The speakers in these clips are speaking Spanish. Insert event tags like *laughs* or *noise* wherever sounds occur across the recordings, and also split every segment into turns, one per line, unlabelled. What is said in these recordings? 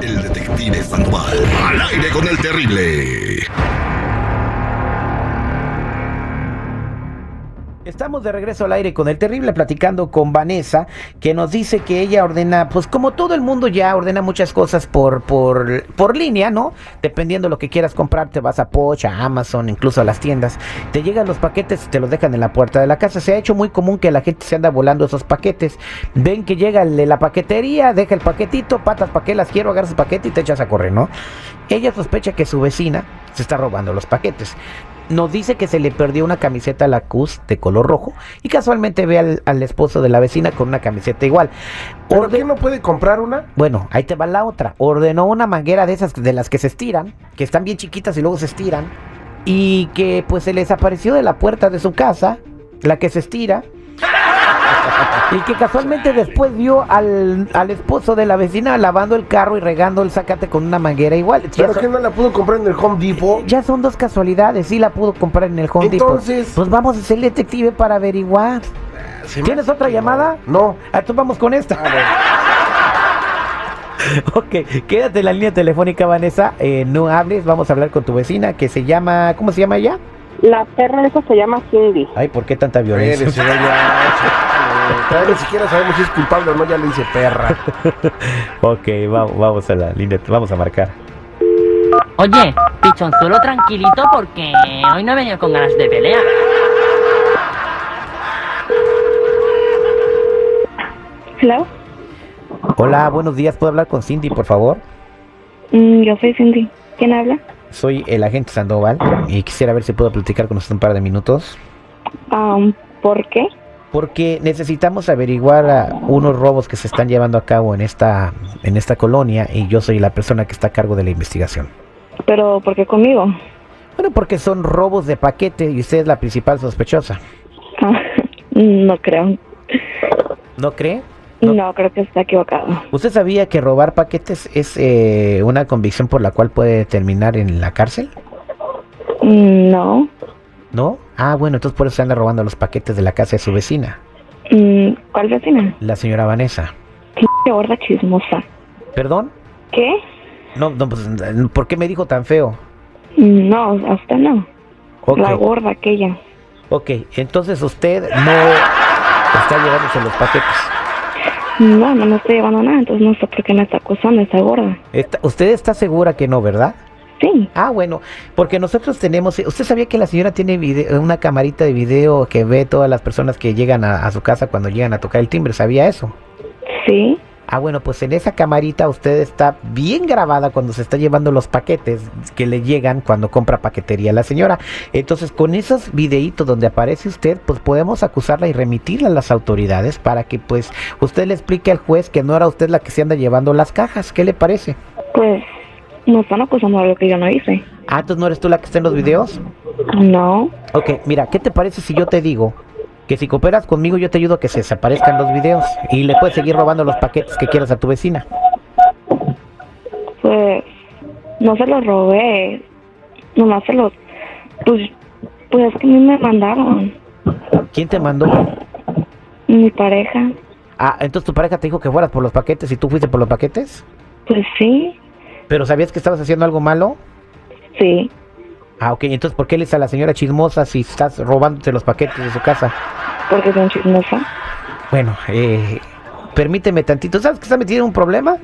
El detective Sandoval. Al aire con el terrible.
Estamos de regreso al aire con el terrible, platicando con Vanessa, que nos dice que ella ordena, pues como todo el mundo ya ordena muchas cosas por, por, por línea, ¿no? Dependiendo lo que quieras comprar, te vas a Poch, a Amazon, incluso a las tiendas. Te llegan los paquetes y te los dejan en la puerta de la casa. Se ha hecho muy común que la gente se anda volando esos paquetes. Ven que llega el de la paquetería, deja el paquetito, patas pa' qué las quiero, agarras el paquete y te echas a correr, ¿no? Ella sospecha que su vecina se está robando los paquetes nos dice que se le perdió una camiseta a la Cus de color rojo y casualmente ve al, al esposo de la vecina con una camiseta igual.
¿Por qué no puede comprar una?
Bueno, ahí te va la otra. Ordenó una manguera de esas de las que se estiran, que están bien chiquitas y luego se estiran, y que pues se les apareció de la puerta de su casa, la que se estira. *laughs* Y que casualmente después vio al, al esposo de la vecina lavando el carro y regando el zacate con una manguera igual.
¿Pero
Ya
qué
son-
no la pudo comprar en el Home Depot?
ya son dos casualidades, sí la pudo comprar en el Home Depot.
Entonces-
Pues vamos a ser detective para averiguar. ¿Tienes otra llamada?
No.
Ah, Entonces vamos con esta. *laughs* Ok, quédate en la línea telefónica, Vanessa. Eh, no hables, vamos a hablar con tu vecina que se llama. ¿Cómo se llama ella?
La perra esa se llama Cindy.
Ay, ¿por qué tanta violencia?
Espérese, señor, ya, chale. Ni siquiera sabemos si es culpable o no, ya le dice perra.
*laughs* Ok, vamos, vamos a la línea, vamos a marcar.
Oye, pichonzuelo tranquilito porque hoy no he venido con ganas de pelear.
Hello.
Hola, buenos días. ¿Puedo hablar con Cindy, por favor?
Mm, yo soy Cindy. ¿Quién habla?
Soy el agente Sandoval y quisiera ver si puedo platicar con usted un par de minutos.
Ah, um, ¿Por qué?
Porque necesitamos averiguar ah, unos robos que se están llevando a cabo en esta, en esta colonia y yo soy la persona que está a cargo de la investigación.
¿Pero por qué conmigo?
Bueno, porque son robos de paquete y usted es la principal sospechosa.
Ah, *laughs* no creo.
¿No cree? No.
No. creo que está equivocado.
¿Usted sabía que robar paquetes es eh, una convicción por la cual puede terminar en la cárcel?
Mm, No.
¿No? Ah, bueno, entonces por eso se anda robando los paquetes de la casa de su vecina,
Mm, ¿Cuál vecina?
la señora Vanessa.
Qué gorda chismosa.
¿Perdón?
¿Qué?
No, no, pues, ¿por qué me dijo tan feo?
Mm, No, hasta no.
Ok,
La gorda aquella.
ok, entonces usted no está llevándose los paquetes.
No, no me estoy llevando nada, entonces no sé por qué me está acusando esa gorda.
Está- usted está segura que no, ¿verdad?
Sí.
Ah, bueno, porque nosotros tenemos. eh, ¿Usted sabía que la señora tiene vide- eh, una camarita de video que ve todas las personas que llegan a, a su casa cuando llegan a tocar el timbre? ¿Sabía eso?
Sí.
Ah, bueno, pues en esa camarita usted está bien grabada cuando se está llevando los paquetes que le llegan cuando compra paquetería la señora. Entonces, con esos videitos donde aparece usted, pues podemos acusarla y remitirla a las autoridades para que, pues, usted le explique al juez que no era usted la que se anda llevando las cajas. ¿Qué le parece?
Pues me están acusando de lo que yo no hice.
Ah, entonces no eres tú la que está en los videos.
Ah. No.
Ok, mira, ¿qué te parece si yo te digo que si cooperas conmigo yo te ayudo a que se desaparezcan los videos y le puedes seguir robando los paquetes que quieras a tu vecina?
Pues no se los robé, nomás se los... Pues, pues es que a mí me mandaron,
¿Quién te mandó?
mi pareja.
Ah, entonces tu pareja te dijo que fueras por los paquetes y tú fuiste por los paquetes.
Pues sí,
¿Pero sabías que estabas haciendo algo malo?
sí,
Ah, ok, entonces ¿por qué le dices a la señora chismosa si estás robándote los paquetes de su casa?
porque son chismosa.
Bueno, eh, permíteme tantito. ¿Sabes que está metida en un problema?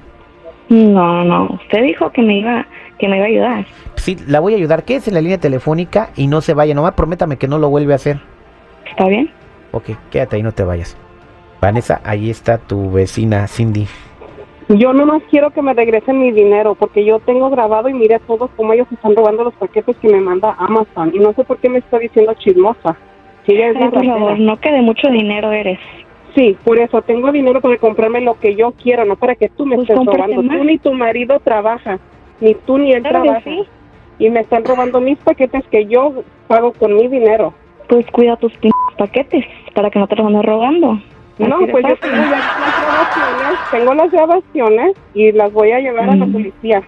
No, no, usted dijo que me iba que me iba a ayudar.
Sí, la voy a ayudar. ¿Qué es en la línea telefónica y no se vaya? Nomás prométame que no lo vuelve a hacer.
¿Está bien?
Ok, quédate ahí, no te vayas. Vanessa, ahí está tu vecina Cindy.
Yo nomás quiero que me regresen mi dinero porque yo tengo grabado y miré a todos cómo ellos están robando los paquetes que me manda Amazon y no sé por qué me está diciendo chismosa. Si ella es
Ay,
Pues la
por
ratera.
favor, no que de mucho dinero eres.
Sí, por eso tengo dinero para comprarme lo que yo quiero, no para que tú me
Pues
estés
cómprate
robando.
más.
Tú ni tu marido trabaja, ni tú ni él
Claro que
trabaja.
sí.
Y me están robando mis paquetes que yo pago con mi dinero.
Pues cuida tus p paquetes para que no te los andes robando.
No,
Así de
pues yo
fácil.
tengo ya las grabaciones, tengo las grabaciones y las voy a llevar a la
Mm.
policía.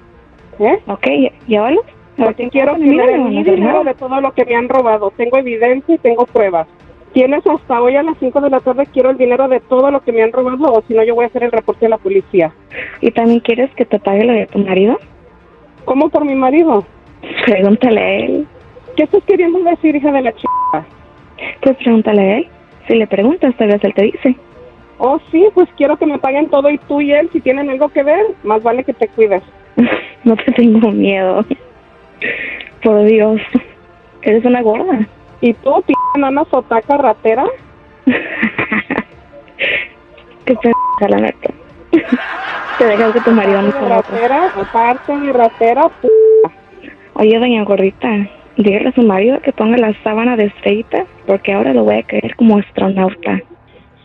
¿Eh?
Ok, llévalos. A ver
Porque
si
quiero que
encuentran
me
dinero,
den
no
mi
hacer
dinero
nada.
de todo lo que me han robado. Tengo evidencia y tengo pruebas. Tienes hasta hoy a las 5 de la tarde, quiero el dinero de todo lo que me han robado o si no yo voy a hacer el reporte a la policía.
¿Y también quieres que te pague lo de tu marido?
¿Cómo por mi marido?
Pregúntale a él.
¿Qué estás queriendo decir, hija de la chica?
Pues pregúntale a él. Si le preguntas, tal vez él te dice. *laughs*
Oh, sí, pues quiero que me paguen todo y tú y él, si tienen algo que ver, más vale que te cuides.
No te tengo miedo. Por Dios. Eres una gorda.
¿Y tú, p nana sotaca ratera?
Qué p***a, la neta. *laughs* Te dejas que tu marido no
Aparte de
con otro.
ratera, aparte de ratera, p
Oye, doña gordita, dígale a su marido que ponga la sábana de estrellita porque ahora lo voy a caer como astronauta.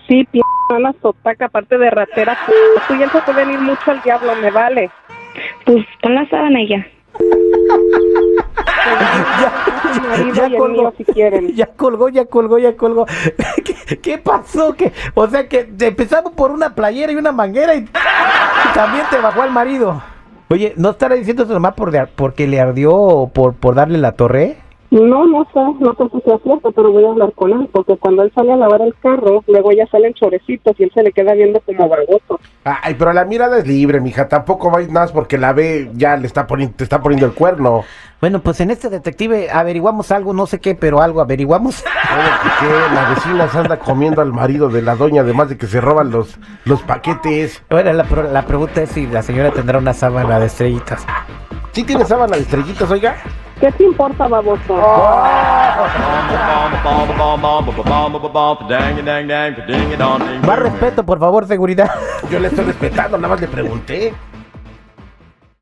sí, p nana sotaca, aparte de ratera, p tú y él se pueden ir mucho al diablo, me vale.
Pues pon la sábana y ya.
Tu marido
ya
y el
colgó.
mío, si *laughs*
*laughs*
quieren.
Ya colgó, ya colgó, ya colgó. *laughs* ¿Qué, qué pasó? ¿Qué? O sea que empezamos por una playera y una manguera y, *laughs* y también te bajó al marido. Oye, ¿no estará diciendo eso nomás por, le ar- porque le ardió o por, por darle la torre?
No, no sé, no sé si sea cierto, pero voy a hablar con él, porque cuando él sale a lavar el carro, luego ya salen chorecitos y él se le queda viendo como baboso.
Ay, pero la mirada es libre, mija. Tampoco vais nada porque la ve, ya le está poniendo, te está poniendo el cuerno.
Bueno, pues en este detective averiguamos algo, no sé qué, pero algo averiguamos.
Oye, ¿qué? La vecina se anda comiendo al marido de la doña, además de que se roban los, los paquetes.
*laughs* Bueno, la, pro- la pregunta es si la señora tendrá una sábana de estrellitas.
¿Sí tiene sábana de estrellitas, oiga?
¿Qué te importa, baboso?
Más respeto, por favor, seguridad.
Yo le estoy respetando, nada más le pregunté.